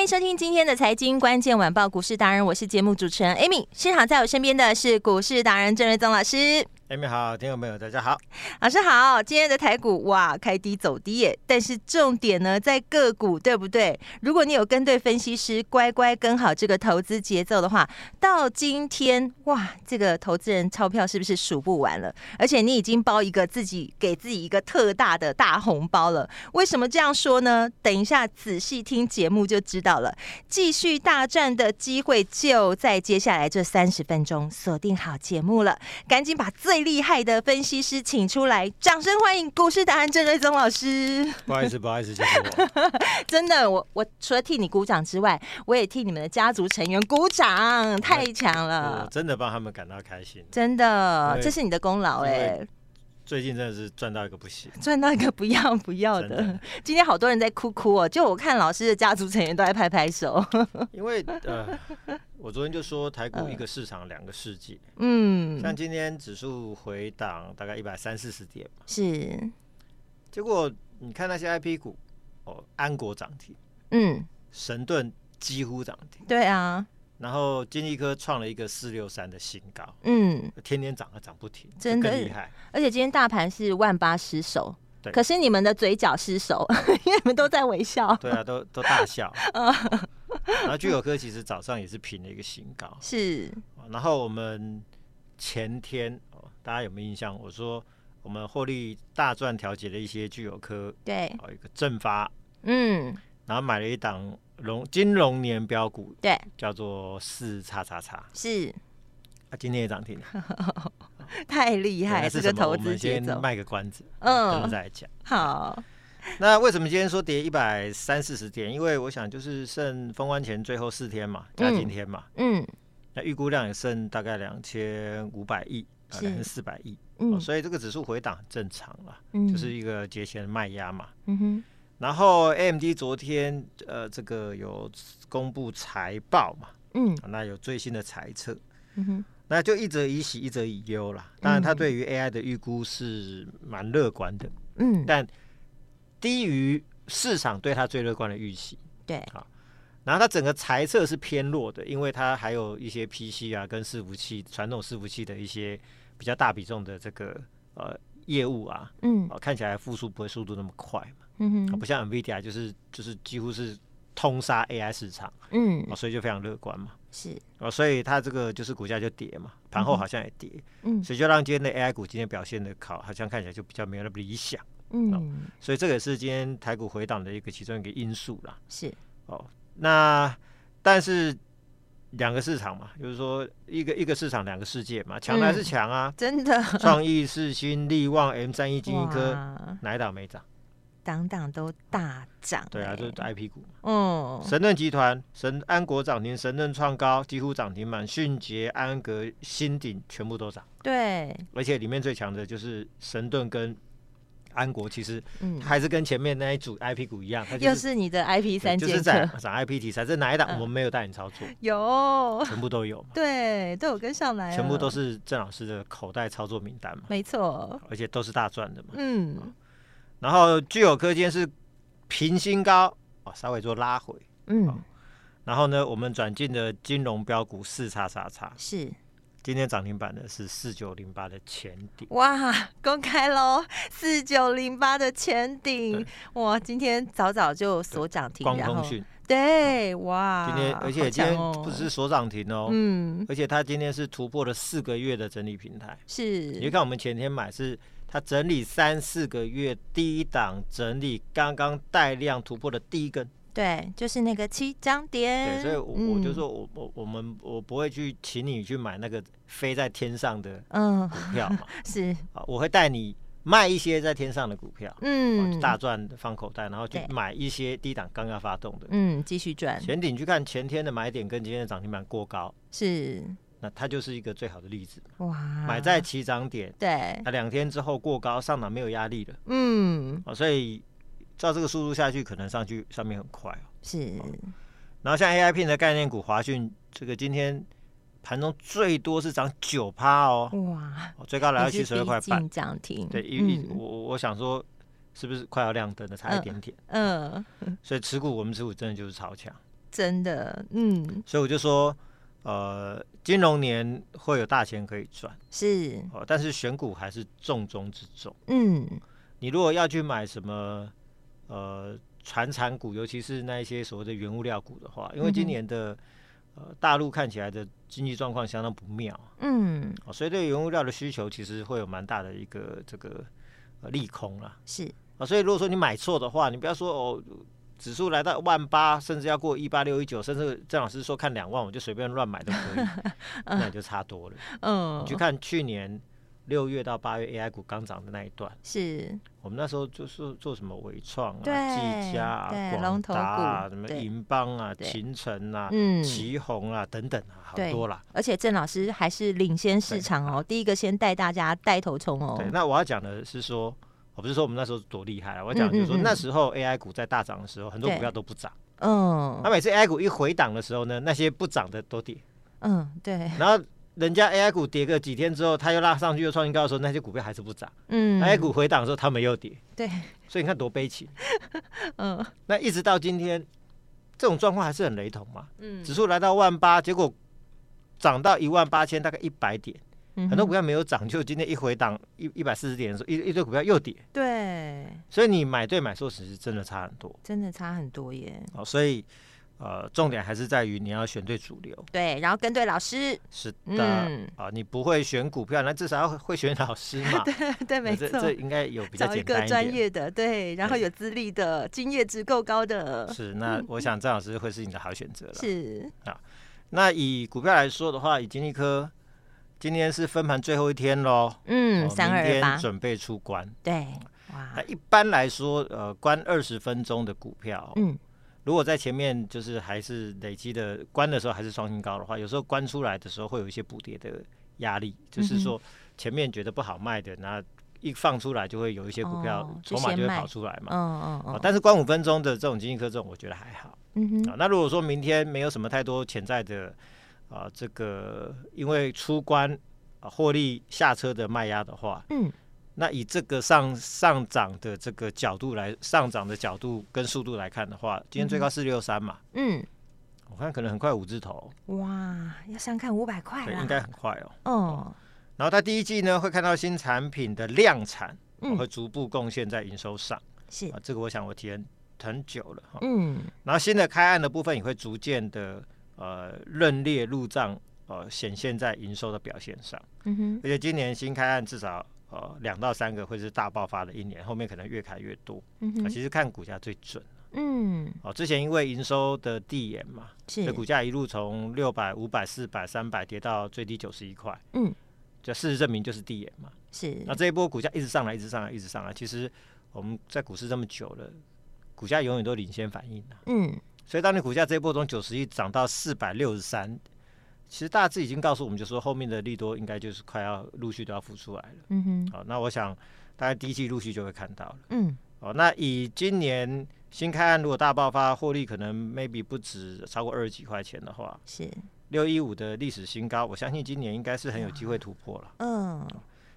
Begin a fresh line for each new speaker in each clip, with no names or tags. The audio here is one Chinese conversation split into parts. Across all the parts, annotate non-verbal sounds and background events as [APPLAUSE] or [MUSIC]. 迎收听今天的财经关键晚报股市达人，我是节目主持人 Amy。现场在我身边的是股市达人郑瑞宗老师，
Amy 好，听众朋友大家
[LAUGHS]
好。
老师好。今天的台股哇开低走低耶，但是重点呢在个股，对不对？如果你有跟对分析师，乖乖跟好这个投资节奏的话，到今天哇，这个投资人钞票是不是数不完了？而且你已经包一个自己给自己一个特大的大红包了。为什么这样说呢？等一下仔细听节目就知道了。继续大战的机会就在接下来这三十分钟，锁定好节目了，赶紧把最厉害的分析师请出来，掌声欢迎股市达人郑瑞宗老师。
不好意思，不好意思，就是
[LAUGHS]
我。
真的，我我除了替你鼓掌之外，我也替你们的家族成员鼓掌，太强
我
了。
真的帮他们感到开心，
真的，
对
这是你的功劳哎、
因为最近真的是赚到一个不行。
赚到一个不要不要
真的
的。今天好多人在哭哭哦，就我看老师的家族成员都在拍拍 [LAUGHS] 手。
因为呃，我昨天就说台股
嗯
一个市场两个世界，
嗯，
像今天指数回档大概一百三四十点，
是，
结果你看那些 IP 股，哦，安国涨停，
嗯，
神盾几乎涨停，
对啊，
然后金利科创了一个四六三的新高，
嗯，
天天涨啊涨不停，
真的
就更厉害。
而且今天大盘是万八失手。
对
可是你们的嘴角失手， [LAUGHS] 因为你们都在微笑。
对啊，都都
[LAUGHS]
大笑。
嗯
然后聚友科其实早上也是平了一个新高，
是，
哦然后我们前天哦，大家有没有印象？我说我们获利大赚调节了一些聚友科，
对，
哦，一个正发，
嗯，
然后买了一档融金融年标股，
对，
叫做四叉叉叉，
是，
啊，今天也涨停了，
[LAUGHS] 太厉害，
那
这
是
个
什么？
投
我
资
们
节
先
奏。
卖个关子，等会
嗯，
再来讲。
好，
那为什么今天说跌一百三四十点？因为我想就是剩封关前最后四天嘛，加今天嘛。
嗯
那预估量也剩大概两千五百亿，啊，
是
两千四百亿，哦
嗯
所以这个指数回档很正常啦，
嗯，
就是一个节前卖压嘛。
嗯哼，
然后 AMD 昨天呃，这个有公布财报嘛，
嗯
啊那有最新的财测，
嗯哼，
那就一则以喜，一则以忧
嗯
啦。当然，它对于 AI 的预估是蛮乐观的，
嗯，
但低于市场对它最乐观的预期。
对，
然后它整个财测是偏弱的，因为它还有一些 PC 啊跟伺服器传统伺服器的一些比较大比重的这个呃业务啊，
嗯
哦、看起来复苏不会速度那么快嘛，
嗯
哦
哼，
不像 NVIDIA 就是就是几乎是通杀 AI 市场、
嗯
哦，所以就非常乐观嘛，
是，
哦，所以它这个就是股价就跌嘛，盘后好像也跌，
嗯
所以就让今天的 AI 股今天表现的好，好像看起来就比较没有那么理想，
嗯
所以这个也是今天台股回档的一个其中一个因素啦。
是，
哦，那但是两个市场嘛，就是说一个一个市场两个世界嘛，强
嗯
的还是强啊。
真的，
创意、世新、力旺、M 三一、金一科，
哇
哪一档没涨？
档档都大涨、
对啊，
欸
就是 IP 股嘛。
嗯，
神盾集团、神安国涨停，神盾创高几乎涨停板，迅捷、安格、新鼎全部都涨，
对，
而且里面最强的就是神盾跟安国，其实
嗯，
还是跟前面那一组 IP 股一样，它就
又
是
是你的 IP
对
三
就是
剑
在
客，
涨 IP 题材，这哪一档
嗯
我们没有带你操作，
有，
全部都有嘛。
对，都有跟上来，
全部都
是，
是郑老师的口袋操作名单嘛，
没错，
而且都是大赚的嘛。
嗯
然后聚友科今天是平新高，哦，稍微做拉回。
嗯，
然后呢，我们转进的金融标股四叉叉叉，
是，
今天涨停板的是四九零八的前顶，
哇，公开喽，四九零八的前顶，哇，今天早早就锁涨停，
光
然
通
后
讯
对，哇，
今天，
哦
而
啊好
且今
强
天
哦
不只是所涨停哦，
嗯，，
而且它今天是突破了四个月的整理平台。你就是看我们前天买是它整理三四个月低档整理，刚刚带量突破的第一根。
对，就是那个七张点，
对，所以我我就
嗯，
说我我我们我不会去请你去买那个飞在天上的
嗯，
股票
[LAUGHS]
嘛，
是，
啊，我会带你卖一些在天上的股票，
嗯
哦，大赚放口袋，然后去
对
买一些低档刚要发动的。
嗯，继续赚
前顶去看前天的买点跟今天的涨停板过高，
是
那它就是一个最好的例子，
哇，
买在起涨点，
对，
那两天之后过高上涨没有压力了，
嗯，
啊，所以照这个速度下去，可能上去上面很快哦。
是
然后像 AI P 的概念股华讯，这个今天盘中最多是涨九趴哦，
哇，
哦最高来到
嗯也
七
是
十二
逼
块半
近。涨停，
对，因为我
嗯
我我想说，是不是快要亮灯了，差一
嗯
点点，
嗯
所以持股我们持股真的就是超强。
真的，嗯，
所以我就说，呃，金融年会有大钱可以赚
是，
哦，但是选股还是重中之重。
嗯，
你如果要去买什么呃传产股，尤其是那一些所谓的原物料股的话，因为
嗯哼
今年的、呃大陆看起来的经济状况相当不妙、
嗯，
哦，所以对原物料的需求其实会有蛮大的一个这个呃利空啦。
是，
啊，所以如果说你买错的话，你不要说哦，指数来到万八，甚至要过一八六一九，甚至郑老师说看两万，我就随便乱买
[LAUGHS]
都可以，那你就差多了。
嗯
你，去看去年六月到八月 AI 股刚涨的那一段，
是，
我们那时候就是做什么伟创啊、
对
技嘉啊、
对
广
龙头
达啊、
股
什么
对
银邦啊、
对
秦城啊、
嗯，
旗宏啊等等啊，好
对
多啦。
而且郑老师还是领先市场哦，第一个先带大家带头冲哦
对，，那我要讲的是说。哦我不是说我们那时候多厉害啊，我要讲的就是
嗯
说
嗯嗯
那时候 AI 股在大涨的时候，很多
对
股票都不涨。
嗯
那每次 AI 股一回档的时候呢，那些不涨的都跌，
嗯，对，
然后人家 AI 股跌个几天之后，它又拉上去又创新高的时候，那些股票还是不涨、
嗯
a i 股回档的时候它们又跌，
对，
所以你看多悲情。
嗯
那一直到今天，这种状况还是很雷同嘛，
嗯
指数来到万八，结果涨到一万八千大概一百点，
嗯
很多股
哼
票没有涨，就今天一回档一一百四十点的时候，一一堆股票又跌，
对，
所以你买对买错其实真的差很多
真的差很多耶，
哦，所以。呃，重点还是在于你要选对主流。
对，然后跟对老师，
是的，
[LAUGHS] 嗯，
啊，你不会选股票，那至少要会选老师
[LAUGHS]
嘛。
对，
那
没
这
错，
这应该有比较
找一
简单
个
一
专
点。
业的，对，然后
对
有资历的，经验值够高的，
是，那我想张老师会是你的好选择了。
嗯是，
那以股票来说的话，以金利科今天是分盘最后一天喽，
嗯，
哦
三二
明
二
天
八，
准哎备出关。
对，哇
那，一般来说，呃，关二十分钟的股票，
嗯，
如果在前面就是还是累积的关的时候还是创新高的话，有时候关出来的时候会有一些补跌的压力，
嗯
就是说前面觉得不好卖的，那一放出来就会有一些股票
哦就
筹码
先
就会
卖
跑出来嘛。
嗯嗯
啊
嗯，
但是关五分钟的这种经济科这种，我觉得还好、
嗯哼，
啊。那如果说明天没有什么太多潜在的啊，这个因为出关啊获利下车的卖压的话，
嗯，
那以这个上上涨的这个角度来上涨的角度跟速度来看的话，今天最高四六三嘛，
嗯，
我看可能很快五字头，
哇，要上看五百块
对，
啦，
应该很快哦。
哦，
然后它第一季呢会看到新产品的量产，哦
嗯
会逐步贡献在营收上
是
啊，，这个我想我体验很久了哈。
嗯，
然后新的开案的部分也会逐渐的呃认列入账，呃显现在营收的表现上。
嗯哼，
而且今年新开案至少呃两到三个会是大爆发的一年，后面可能越开越多。
嗯
啊，
哼，
其实看股价最准
嗯，
哦。之前因为营收的递延嘛，
是
这，股价一路从六百、五百、四百、三百跌到最低九十一块。
嗯，
就事实证明就是递延嘛。
是
那，这一波股价一直上来，一直上来，一直上来。其实我们在股市这么久了，股价永远都领先反应啊。
嗯，
所以当你股价这一波从九十一涨到四百六十三，其实大致已经告诉我们，就说后面的利多应该就是快要陆续都要浮出来了。
嗯哼，
好，那我想大概第一季陆续就会看到了。
嗯，
哦，那以今年新开案如果大爆发，获利可能 maybe 不止超过二十几块钱的话，
是，
六一五的历史新高，我相信今年应该是很有机会突破了。
嗯，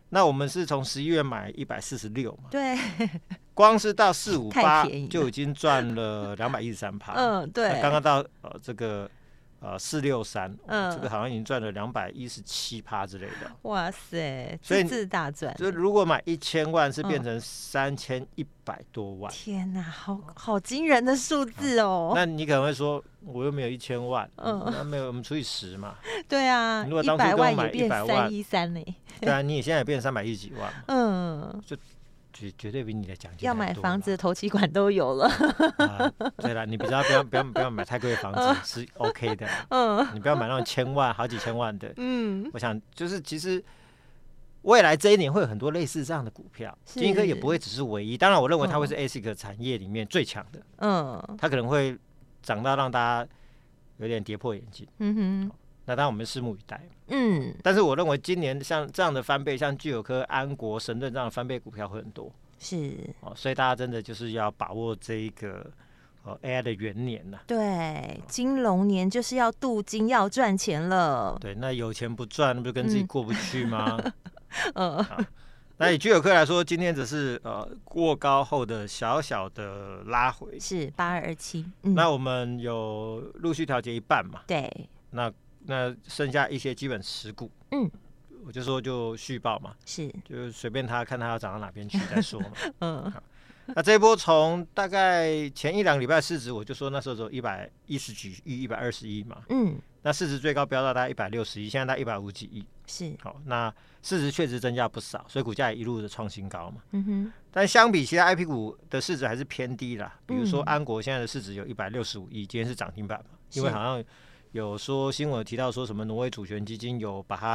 那我们是从十一月买一百四十六嘛，
对，
光是到四五
太
八
便宜了
就已经
[LAUGHS]
赚了两百一十三趴。
嗯，
那
对，
刚刚到呃这个呃四六三，
嗯
这个好像已经赚了两百一十七趴之类的。
哇塞，
所
字
以你
字大赚，
就如果买一千万是变成三千一百多万，
天哪，好好惊人的数字哦！
那你可能会说我又没有一千万，
嗯
那没有我们除以十嘛，
对啊，
如果
一
当初
百
跟我
万
买
也变
100万
三一三呢。
对啊，你也现在也变三百一十几万嘛，
嗯，
绝绝对比你的奖金
要
还
买
多
房
嘛
子的头期款都有了。
[LAUGHS] 啊，对啦，你比较不要不要不要买太贵的房子是 OK 的，
嗯
你不要买那种千万好几
[LAUGHS]
千万的。
嗯，
我想就是其实未来这一年会有很多类似这样的股票，
是
金科也不会只是唯一。当然，我认为它会是 ASIC 产业里面最强的，
嗯
它可能会涨到让大家有点跌破眼镜。
嗯哼，
那当然我们拭目以待。
嗯
但是我认为今年像这样的翻倍，像聚友科、安国、神盾这样的翻倍股票会很多
是，
哦，所以大家真的就是要把握这一个呃 AI 的元年呐、
对，金龙年就是要镀金，要赚钱了。
对，那有钱不赚，那不就跟自己
[LAUGHS] 嗯
过不去吗？
嗯
那以居有科来说，今天只是呃过高后的小小的拉回，
是八二二七，嗯，
那我们有陆续调节一半嘛，
对，
那那剩下一些基本持股，
嗯，
我就说就续报嘛，
是，
就随便它看它要涨到哪边去再说嘛。 [LAUGHS]
嗯，
那这一波从大概前一两个礼拜市值，我就说那时候只有一百一十几亿、一百二十亿嘛，
嗯，
那市值最高飙到大概一百六十亿，现在到一百五几亿。
是，
好，那市值确实增加不少，所以股价也一路的创新高嘛。
嗯哼，
但相比其他 I P 股的市值还是偏低啦，比如说
嗯
安国现在的市值有一百六十五亿，今天是涨停板嘛，因为
是
好像有说新闻有提到说什么挪威主权基金有把它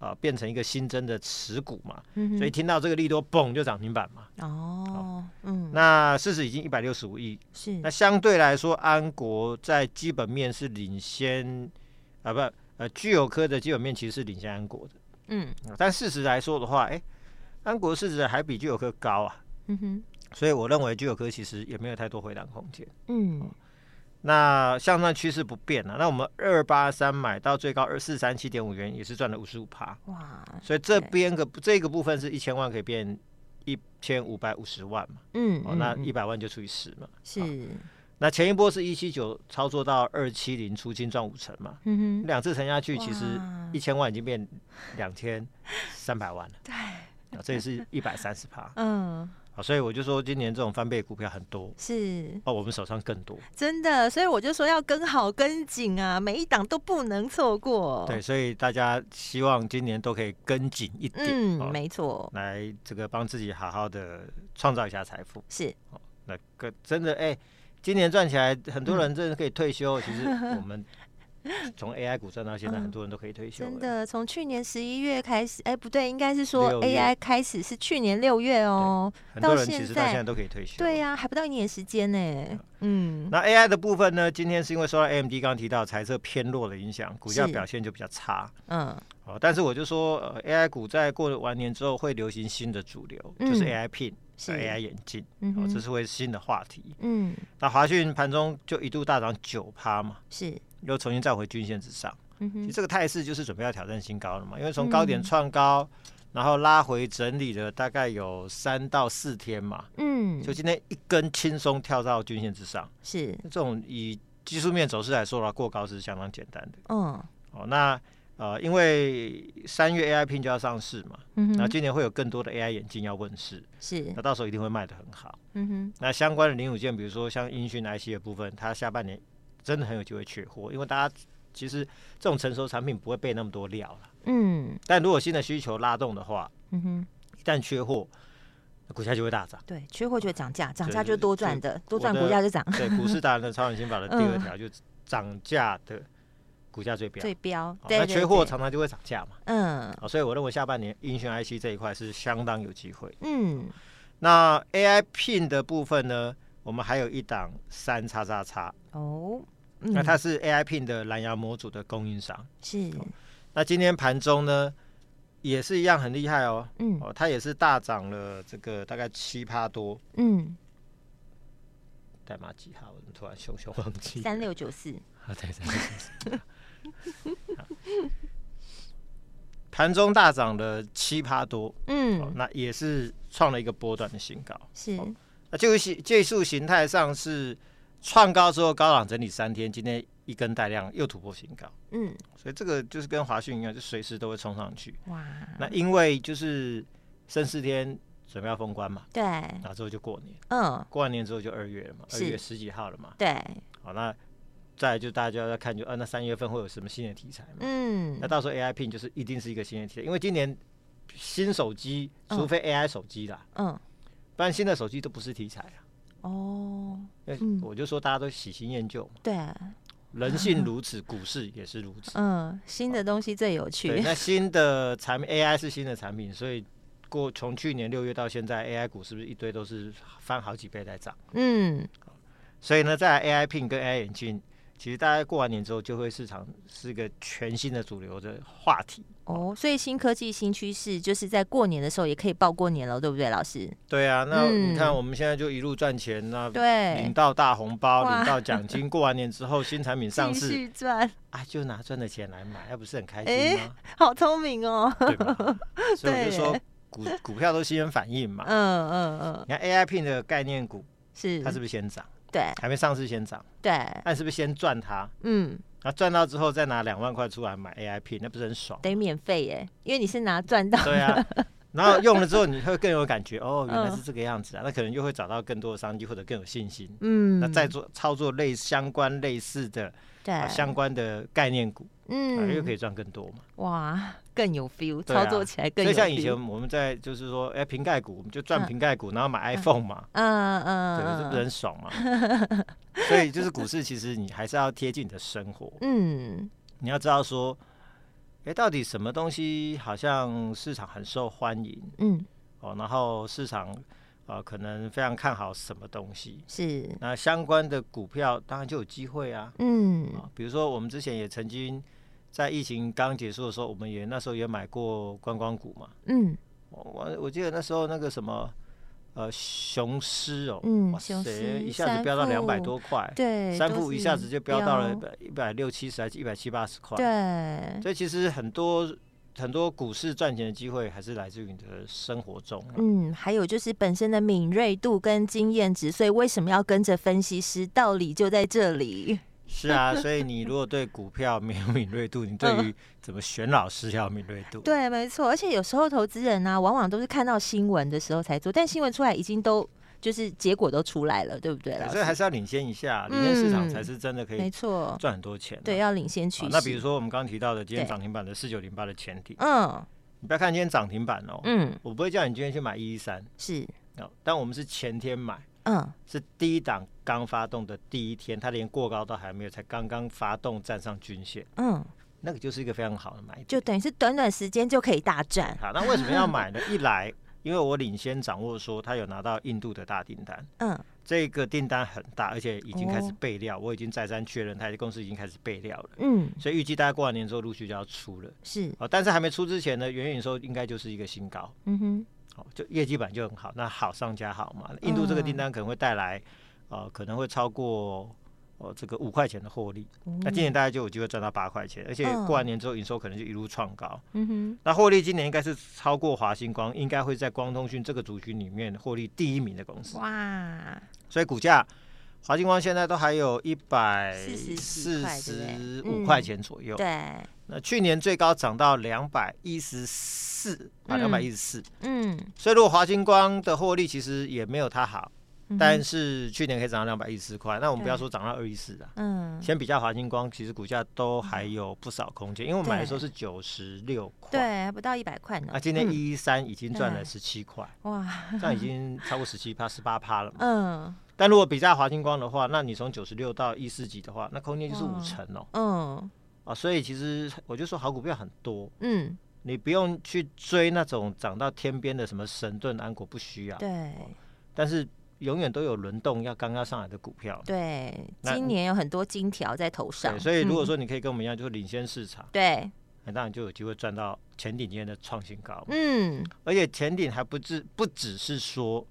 啊、呃变成一个新增的持股嘛，
嗯哼，
所以听到这个利多嘣就涨停板嘛。
哦，嗯，
那市值已经一百六十五亿，
是
那，相对来说，安国在基本面是领先啊，不呃，具有科的基本面其实是领先安国的。
嗯，
嗯但事实来说的话，哎、安国市值还比聚友科高啊，
嗯哼，
所以我认为聚友科其实也没有太多回档空间。
嗯，
那向上趋势不变啊，那我们二八三买到最高二四三七点五元，也是赚了五十五趴，
哇，
所以这
对
边个这个部分是一千万可以变一千五百五十万嘛，
嗯，
哦，那
嗯
一百万就除以十嘛。
是，
那前一波是一七九操作到二七零出金赚五成嘛，
嗯哼，
两次乘下去，其实
哇
一千万已经变两千三百万了。对，啊，这也是一百三十趴。
[LAUGHS] 嗯，
啊，所以我就说今年这种翻倍股票很多，
是
哦，我们手上更多。
真的，所以我就说要跟好跟紧啊，每一档都不能错过。
对，，所以大家希望今年都可以跟紧一点，
嗯，
哦
没错，
来这个帮自己好好的创造一下财富。
是
那个真的哎、今年赚起来，很多
嗯
人真的可以退休。其实
[LAUGHS]
我们从 AI 股赚到现在，
嗯
很多人都可以退休了。
真的，从去年十一月开始，哎，不对，应该是说
六月
AI 开始是去年六月哦，
很
到
多人
现
其实到
在
现在都可以退休。
对、啊呀、还不到一年时间呢，嗯，
啊那 AI 的部分呢？今天是因为受到 AMD 刚刚提到财测偏弱的影响，股价
是
表现就比较差。
嗯，
哦，但是我就说，呃，AI 股在过了完年之后会流行新的主流，就是 AI Pin、
嗯是
AI 眼镜，
嗯
哦，这
哼，
是会新的话题。
嗯，
那华讯盘中就一度大涨九趴嘛，
是，
又重新站回均线之上，
嗯
其实
哼，
这个态势就是准备要挑战新高了嘛，因为从高点创高，然后拉回整理了大概有三到四天嘛，
嗯，
就今天一根轻松跳到均线之上，
是，
这种以技术面走势来说的话，过高是相当简单的。
嗯，
哦，那呃，因为三月 AI Pin 就要上市嘛，
嗯
那
哼，
今年会有更多的 AI 眼镜要问世，
是
那，到时候一定会卖得很好。
嗯哼，
那相关的零组件，比如说像音讯 IC 的部分，它下半年真的很有机会缺货，因为大家其实这种成熟产品不会备那么多料了。
嗯，
但如果新的需求拉动的话，
嗯哼，
一旦缺货，那股价就会
[LAUGHS]
大涨。
对，缺货就会涨价，涨价
对
就多赚
就
的，多
我
赚股
的
价就涨，
对，股市达人的超人心法的第二
嗯
条就是涨价的股价最标。
对标，
哦
对
那
对
缺货
对
常常就会涨价嘛，
嗯
啊、所以我认为下半年音讯 IC 这一块是相当有机会。
嗯，
那 AI Pin 的部分呢，我们还有一档三叉叉叉，
哦，
那
嗯
它哦是 AI Pin 的蓝牙模组的供应商。
是，
那今天盘中呢，也是一样很厉害哦，
嗯
哦，它也是大涨了这个大概七趴多，
嗯，
代码几号？我怎么突然熊熊忘记？
三六九四，
啊，对对对对好盘中大涨了七趴多，哦
嗯，
那也是创了一个波段的新高。
是，
那就形技术形态上是创高之后高档整理三天，今天一根带量又突破新高，
嗯，
所以这个就是跟华讯一样，就随时都会冲上去。
哇，
那因为就是剩四天准备要封关嘛，
对，
然后之后就过年，
嗯，
过完年之后就二月了嘛，二
是
月十几号了嘛，
对，
好，那再来就大家要看就，啊，那三月份会有什么新的题材嘛？
嗯
那，到时候 AI Pin 就是一定是一个新的题材，因为今年新手机，
嗯
除非 AI 手机啦，
嗯，
不然新的手机都不是题材啊。
哦，
因
嗯
为我就说大家都喜新厌旧嘛，
对，
人性如此，股市也是如
[LAUGHS]
此。
嗯，新的东西最有
对，
趣，
那新的产品 AI 是新的产品，所以过从去年六月到现在，AI 股是不是一堆都是翻好几倍在涨？
嗯，
所以呢，在 AI Pin 跟 AI 眼镜，其实大概过完年之后，就会市场是一个全新的主流的话题。
哦，所以新科技、新趋势，就是在过年的时候也可以报过年了，对不对，老师？
对啊，那
嗯
你看我们现在就一路赚钱，那领
对，
到大红包，
哇
领到奖金，过完年之后新产品上
继 [LAUGHS]
市
续赚，
啊，就拿赚的钱来买，那不是很开
哎
心吗？
好聪明哦，
对吧？所以我就
[LAUGHS] 对
说
耶，
股股票都先反应嘛。
嗯嗯嗯，
你看 AI P 的概念股，
是，
它是不是先涨？
对
还没上市先涨，
对，
那是不是先赚它？
嗯，
然后赚到之后再拿两万块出来买 AI P，那不是很爽？
得免费耶，因为你是拿赚到，
对
[LAUGHS]
啊。然后用了之后，你会更有感觉哦，原来是这个样子啊，那可能又会找到更多的商机或者更有信心。
嗯，
那再做操作类相关类似的、啊
对，
相关的概念股，啊、又
嗯，
可以赚更多嘛。
哇，更有 feel，
对啊
操作起来更
所
有
以
feel，
像以前我们在就是说，哎，瓶盖股我们就赚
嗯
瓶盖股，然后买 iPhone 嘛，
嗯
对，这
嗯
不是很
[LAUGHS]
爽嘛？所以就是股市，其实你还是要贴近你的生活，
嗯，
你要知道说，哎，到底什么东西好像市场很受欢迎
嗯，
哦，然后市场呃可能非常看好什么东西，
是，
那相关的股票当然就有机会啊。
嗯，
啊，比如说我们之前也曾经在疫情刚结束的时候，我们也那时候也买过观光股嘛。
嗯，
我我我记得那时候那个什么呃雄狮哦，
嗯
哇
雄
塞，
狮
一下子飙到
三
两百
富
多块，
对，
哎三
都
富一
是
下子就飙到了
标，
一百六七十还是一百七八十块。，
对，
所以其实很多很多股市赚钱的机会还是来自于你的生活中啊、
嗯，还有就是本身的敏锐度跟经验值，所以为什么要跟着分析师？道理就在这里。
是啊，所以你如果对股票没有敏锐度，你对于怎么选老师要有敏锐度。
嗯对，没错。而且有时候投资人呢、啊往往都是看到新闻的时候才做，但新闻出来已经都就是结果都出来了，对不对？
对
老
所以还
师
是要领先一下，领先市场
嗯
才是真的可
没
以
错，
赚很多钱啊、
对，要领先趋
好
势。
那比如，说我们刚刚提到的今天
对
涨停板的四九零八的前提，
嗯
你不要看今天涨停板哦，
嗯，
我不会叫你今天去买一一三
是，
哦，但我们是前天买，
嗯
是第一档刚发动的第一天，它连过高都还没有，才刚刚发动站上均线，
嗯，
那个就是一个非常好的买点。
就等于是短短时间就可以大赚。
好，那为什么要买呢？一来，因为我领先掌握说它有拿到印度的大订单，
嗯
这个订单很大，而且已经开始
哦
备料，我已经再三确认，台积公司已经开始备料了。
嗯，
所以预计大概过完年之后陆续就要出了。
是，
哦，但是还没出之前呢，原营收应该就是一个新高，
嗯哼，
哦，就业绩版就很好，那好上加好嘛。印度这个订单可能会带来，呃，可能会超过呃这个五块钱的获利，那今年大概就有机会赚到八块钱，而且过完年之后营收可能就一路创高。
嗯哼，
那获利今年应该是超过华星光，应该会在光通讯这个族群里面获利第一名的公司，
哇，
所以股价。华星光现在都还有一百
40几
四
块对
十
不对嗯
五块钱左右，
对，
那去年最高涨到两百一十四啊，两百一十四。
嗯，
所以如果华星光的获利其实也没有它好，
嗯
但
哼
是去年可以涨到两百一十四块。那我们不要说涨到二一四啊，
嗯，
先比较华星光，其实股价都还有不少空间，因为我买的时候是九十六块。
对，还不到一百块呢。
啊，今天
嗯
一一三已经赚了
对
十七块，
哇，
这样已
[LAUGHS]
经超过十七趴、十八趴了嘛。
嗯
但如果比较华星光的话，那你从九十六到一四几的话，那空间就是五
哇
成哦。
嗯
啊，所以其实我就说好股票很多，
嗯，
你不用去追那种涨到天边的什么神盾、安国，不需要。
对
但是永远都有轮动要刚刚上来的股票。
对，
那
今
你
年有很多金条在头上，
对，所以如果
嗯
说你可以跟我们一样，就是领先市场，
对，
那当然就有机会赚到前顶今天的创新高。
嗯
而且前顶还不只不只是说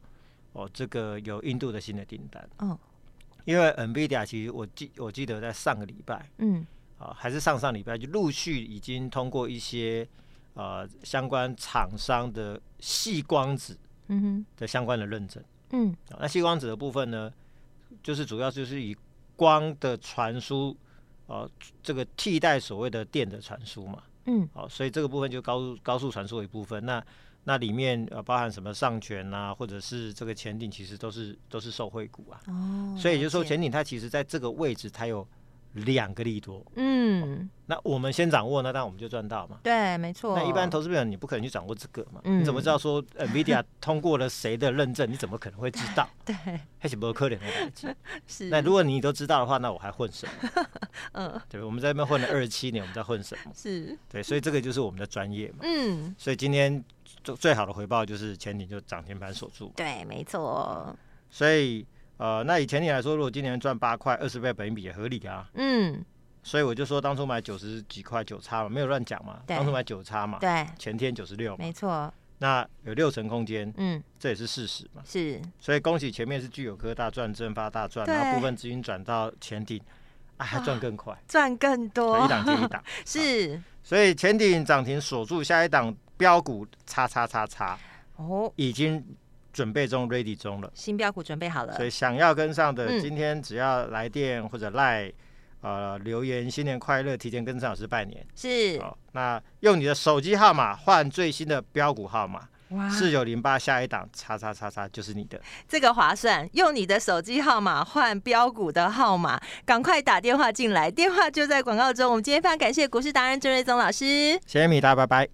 哦，这个有印度的新的订单。
哦
因为 NVIDIA 其实我记我记得在上个礼拜
嗯
啊、还是上上礼拜就陆续已经通过一些呃相关厂商的细光子
嗯哼
的相关的认证。
嗯
啊那细光子的部分呢，就是主要就是以光的传输，呃，这个替代所谓的电的传输嘛。
嗯
好、所以这个部分就高速高速传输的一部分。那那里面呃包含什么上权啊，或者是这个前顶，其实都是都是受惠股啊。
哦，
所以也就是
了
说
解
前顶它其实在这个位置它有两个利多，
嗯
那我们先掌握呢，那我们就赚到嘛。
对，没错，
那一般投资朋友你不可能去掌握这个嘛，
嗯
你怎么知道说 NVIDIA 通过了谁的认证？你怎么可能会知道？
对
还是不可能的代志。
是
那如果你都知道的话，那我还混什么？
[LAUGHS] 嗯
对，我们在那边混了二十七年，我们在混什么？
是
对，所以这个就是我们的专业嘛。
嗯
所以今天最最好的回报就是前顶就涨停板锁住。
对，没错，
所以呃，那以前顶来说，如果今年赚八块，二十倍本益比也合理啊。
嗯
所以我就说当初买九十几块九差嘛，没有乱讲嘛，
对
当初买九差嘛，
对，
前天九十六嘛，
没错，
那有六成空间，
嗯
这也是事实嘛。
是
所以恭喜前面是具有科大赚、正发大赚，
对
然后部分资金转到前顶，啊，还赚更快，
赚更
对
多
一，档接一档。
[LAUGHS] 是
所以前顶涨停锁住，下一档标股叉叉叉叉，
哦，
已经准备中 ready 中了。
新标股准备好了
所，以想要跟上的，
嗯
今天只要来电或者赖呃留言新年快乐，提前跟上老师拜年。
是
好，那用你的手机号码换最新的标股号码，
哇，
四九零八下一档叉叉叉叉就是你的。
这个划算，用你的手机号码换标股的号码，赶快打电话进来，电话就在广告中。我们今天非常感谢股市达人郑瑞宗老师。
谢谢米大，拜拜。